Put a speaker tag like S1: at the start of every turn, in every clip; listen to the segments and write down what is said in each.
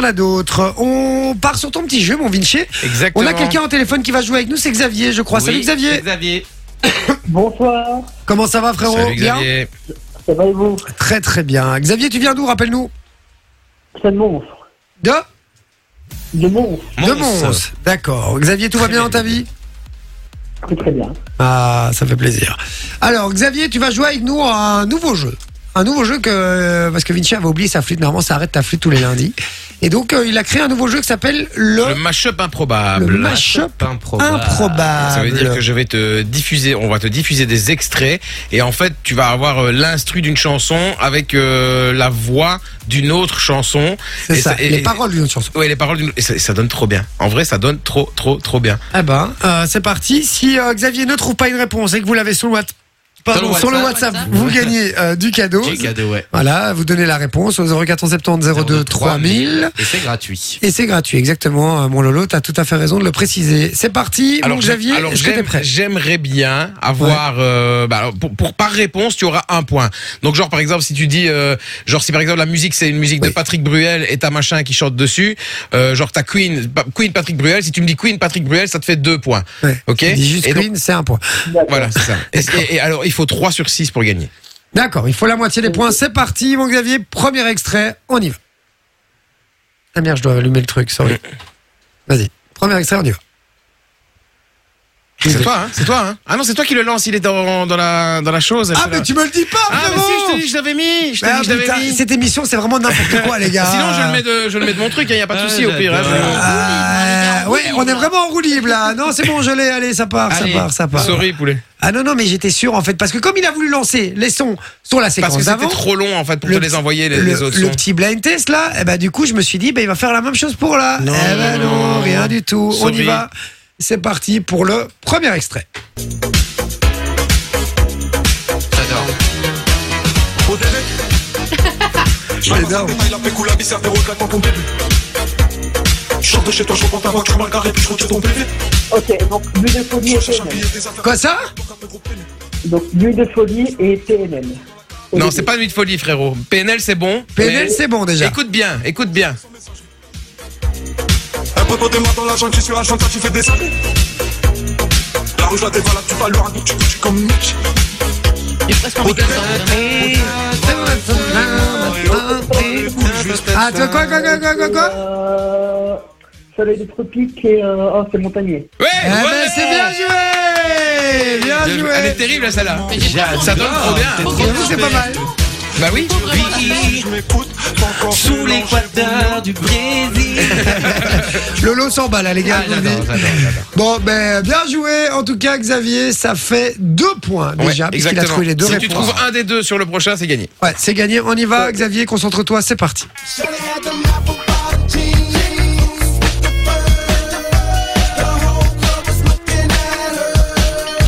S1: On a d'autres. On part sur ton petit jeu, mon Vinci.
S2: Exactement.
S1: On a quelqu'un au téléphone qui va jouer avec nous, c'est Xavier, je crois.
S2: Oui,
S1: Salut Xavier.
S2: Xavier.
S3: Bonsoir,
S1: Comment ça va, frérot
S2: Salut
S1: Bien
S2: Xavier.
S3: ça va et vous
S1: Très très bien. Xavier, tu viens d'où Rappelle-nous.
S3: C'est de monstre.
S1: De
S3: De monstre,
S1: De
S2: Mons.
S1: Mons. D'accord. Xavier, tout va
S2: Très
S1: bien
S2: bien.
S1: dans ta vie
S3: très très bien.
S1: Ah, ça fait plaisir. Alors, Xavier, tu vas jouer avec nous à un nouveau jeu. Un nouveau jeu que. euh, Parce que Vinci avait oublié sa flûte. Normalement, ça arrête ta flûte tous les lundis. Et donc, euh, il a créé un nouveau jeu qui s'appelle le.
S2: Le mashup improbable.
S1: Le mash-up
S2: improbable.
S1: improbable.
S2: Ça veut dire que je vais te diffuser, on va te diffuser des extraits et en fait tu vas avoir euh, l'instru d'une chanson avec euh, la voix d'une autre chanson.
S1: C'est
S2: et
S1: ça,
S2: ça- et-
S1: les
S2: et-
S1: paroles d'une chanson.
S2: Ouais, les paroles d'une. et Ça, ça donne trop bien. En vrai, ça donne trop, trop, trop bien.
S1: Eh ben, euh, c'est parti. Si euh, Xavier ne trouve pas une réponse et que vous l'avez sur le WhatsApp, pardon, sur le WhatsApp, vous gagnez euh, du cadeau.
S2: ouais.
S1: Voilà, vous donnez la réponse au 0470 02 3000.
S2: Et c'est gratuit.
S1: Et c'est gratuit, exactement, euh, mon Lolo, t'as tout à fait raison de le préciser. C'est parti, alors,
S2: Alors,
S1: mon
S2: j'aime-
S1: Xavier,
S2: alors
S1: est-ce que t'es
S2: j'aime-
S1: prêt
S2: j'aimerais bien avoir euh, bah, alors, pour, pour- par réponse tu auras un point. Donc genre par exemple si tu dis euh, genre si par exemple la musique c'est une musique de
S1: Oui.
S2: Patrick Bruel et t'as machin qui chante dessus, euh, genre t'as Queen pa- Queen Patrick Bruel. Si tu me dis Queen Patrick Bruel ça te fait deux points.
S1: Ouais.
S2: Ok.
S1: Tu dis juste
S2: et donc,
S1: Queen, c'est un point.
S3: D'accord.
S2: voilà c'est ça. Et, et- et alors il faut 3 sur 6 pour gagner.
S1: D'accord, il faut la moitié
S2: Oh.
S1: des points. C'est parti, mon Xavier, premier extrait, on y va. Ah merde, je dois allumer le truc, sorry. Vas-y, premier extrait, on y va.
S2: C'est toi hein, c'est toi hein. Ah non c'est toi qui le lance il est dans, dans la dans la chose.
S1: Ah,
S2: elle fait
S1: mais
S2: la-
S1: tu me le dis pas,
S2: ah mais
S1: frérot
S2: si je t'ai dit je l'avais mis. Je t'ai
S1: Ah,
S2: dit, je l'avais
S1: putain,
S2: mis.
S1: cette émission, c'est vraiment n'importe quoi, les gars.
S2: Sinon je le mets de je le mets de mon truc il y a pas de
S4: Ah,
S2: souci au pire. hein, je le mets en-
S1: Ah,
S4: On est bien en roue
S1: ouais,
S4: libre.
S1: on est vraiment en roue libre là. Non, c'est bon, je l'ai. Allez, ça part,
S2: Allez,
S1: ça part, ça part.
S2: Sorry poulet.
S1: Ah non, non, mais j'étais sûr en fait, parce que comme il a voulu lancer les sons sur la
S2: Parce que
S1: séquence
S2: c'était
S1: d'avant,
S2: trop long en fait pour
S1: le
S2: te les envoyer les,
S1: le,
S2: les autres
S1: le
S2: sons.
S1: petit blind test là, eh ben du coup, je me suis dit, ben il va faire la même chose pour là.
S2: Non,
S1: eh ben non,
S2: non.
S1: rien du tout. On y
S2: Sorry.
S1: va. C'est parti pour le premier extrait.
S4: J'adore.
S1: Énorme.
S5: Chante chez toi, je prends ta voiture mal garée, puis je retire ton PV.
S3: Ok, donc but de folie
S5: Je
S3: et
S5: cherche un billet
S3: TNM.
S5: des affaires.
S1: Quoi ça
S3: Donc but de folie et TNM. Au
S2: Non,
S3: début.
S2: c'est pas nuit de folie, frérot. PNL, c'est bon.
S1: PNL,
S2: mais-
S1: c'est bon déjà.
S2: Écoute bien, écoute bien.
S5: Un poteau de moi dans la jungle, tu suis à Chanta, tu fais des années. La rue, je la dévalade, tu vas le raconter, tu couches comme Mitch.
S4: J'ai presque envie de le sortir.
S1: Ah, tu vois quoi, quoi, quoi, quoi, quoi, quoi
S3: Euh, Soleil des tropiques et euh, oh, c'est montagnier.
S2: Ouais,
S1: Eh
S2: ouais.
S1: ben, c'est bien joué Bien
S2: Bien joué. Elle est
S1: joué
S2: terrible, celle-là.
S4: Mais j'ai pas
S2: Ça donne trop bien.
S4: envie.
S1: J'avoue, c'est pas mal.
S2: Bah oui.
S4: Faut vraiment
S2: Oui.
S4: faire.
S5: Je m'écoute, pas encore
S6: Sous
S5: mélangé.
S6: l'équateur du Brésil.
S1: Lolo s'en bat là, les
S2: Ah,
S1: gars. je vous le dis. Bon, ben, bien joué. En tout cas, Xavier, ça fait deux points
S2: Ouais,
S1: déjà, puisqu'il a
S2: exactement.
S1: trouvé les deux
S2: si tu
S1: réponses.
S2: trouves un des deux sur le prochain, c'est gagné.
S1: Ouais, c'est gagné. On y va, Xavier, concentre-toi, c'est parti.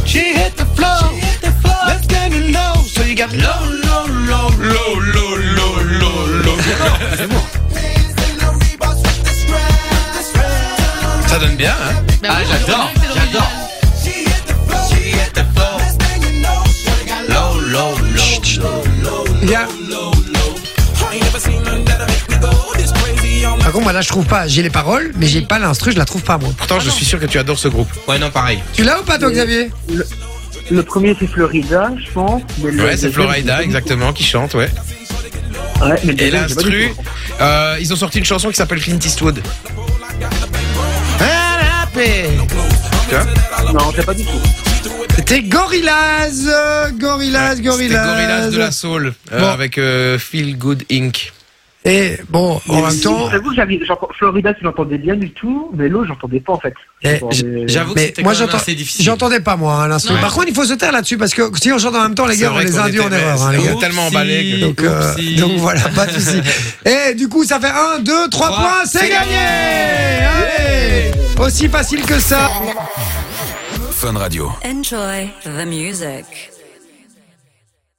S6: She hit the floor. Let's get it low. So you got low, low, low.
S2: Low, low, low, low, low. Ça donne bien, hein.
S4: Bah oui,
S6: Ah, j'adore,
S4: c'est l'original.
S6: j'adore. She hit the floor. Low, low, low.
S1: Bien. Par contre, moi là, je trouve pas. J'ai les paroles, mais j'ai pas l'instru, je la trouve pas, moi.
S2: Pourtant, je suis sûr que tu adores ce groupe.
S6: Ouais, non, pareil.
S1: Tu l'as ou pas, toi, Xavier
S3: Le premier c'est Florida, je pense. mais le
S2: Ouais, c'est
S3: deuxième,
S2: Florida,
S3: j'ai pas du tout.
S2: exactement, qui chante, ouais.
S3: Ouais, mais le
S2: Et
S3: deuxième, j'ai pas du
S2: l'instru,
S3: tout.
S2: euh, ils ont sorti une chanson qui s'appelle Clint Eastwood.
S3: Non, j'ai pas du tout.
S1: C'était Gorillaz, euh, Gorillaz,
S2: C'était
S1: Gorillaz.
S2: Gorillaz de la Soul euh,
S1: Bon.
S2: avec euh, Feel Good Inc.
S1: Et bon, en même temps.
S3: J'avoue, j'avais- j'entends- Florida, tu l'entendais bien du tout, mais l'eau, j'entendais pas en fait.
S1: eh,
S3: J'entendais-
S6: J'avoue que
S1: Mais
S6: c'était
S1: moi,
S6: quand même
S1: j'entends-
S6: assez difficile.
S1: J'entendais pas moi hein, l'instru.
S6: Ouais.
S1: Par contre, il faut se taire là-dessus parce que si on chante en même temps, les
S2: C'est
S1: gars, on
S2: vrai
S1: les
S2: qu'on
S1: induit en
S2: était-
S1: erreur. hein, les
S2: c'était
S1: gars.
S2: tellement emballé que-
S1: Donc, euh,
S6: Oupsie.
S1: donc voilà, pas de souci. Et du coup, ça fait 1, 2, 3
S6: Trois,
S1: points, c'est
S6: c'est
S1: gagné Allez Aussi facile que ça
S7: Enjoy the music.